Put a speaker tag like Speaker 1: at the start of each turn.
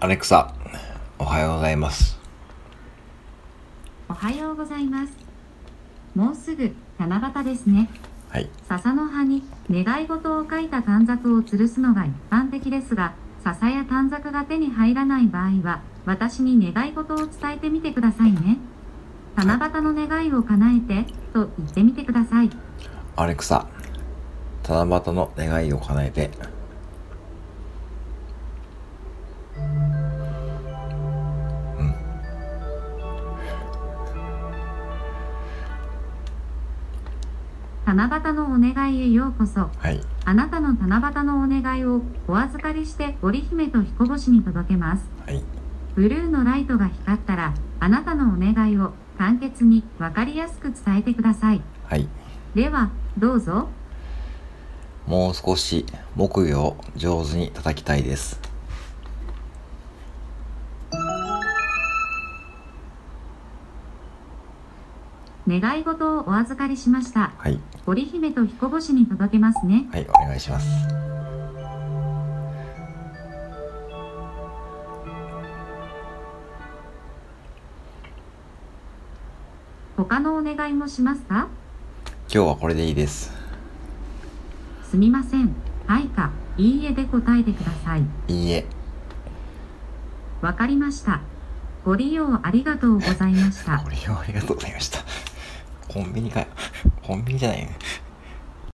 Speaker 1: アレクサ、おはようございます。
Speaker 2: おはようございます。もうすぐ七夕ですね。
Speaker 1: はい。
Speaker 2: 笹の葉に願い事を書いた短冊を吊るすのが一般的ですが、笹や短冊が手に入らない場合は、私に願い事を伝えてみてくださいね。七夕の願いを叶えてと言ってみてください。
Speaker 1: アレクサ、七夕の願いを叶えて。うん。
Speaker 2: 七夕のお願いへようこそ。
Speaker 1: はい。
Speaker 2: あなたの七夕のお願いをお預かりして織姫と彦星に届けます。
Speaker 1: はい。
Speaker 2: ブルーのライトが光ったら、あなたのお願いを簡潔に分かりやすく伝えてください。
Speaker 1: はい。
Speaker 2: では、どうぞ。
Speaker 1: もう少し木魚を上手に叩きたいです。
Speaker 2: 願い事をお預かりしました。
Speaker 1: はい。
Speaker 2: 織姫と彦星に届けますね。
Speaker 1: はい、お願いします。
Speaker 2: 他のお願いもしますか
Speaker 1: 今日はこれでいいです。
Speaker 2: すみません。はいか、いいえで答えてください。
Speaker 1: いいえ。
Speaker 2: わかりました。ご利用ありがとうございました
Speaker 1: ご。利用ありがとうございました。コンビニかよ。コンビニじゃないよね。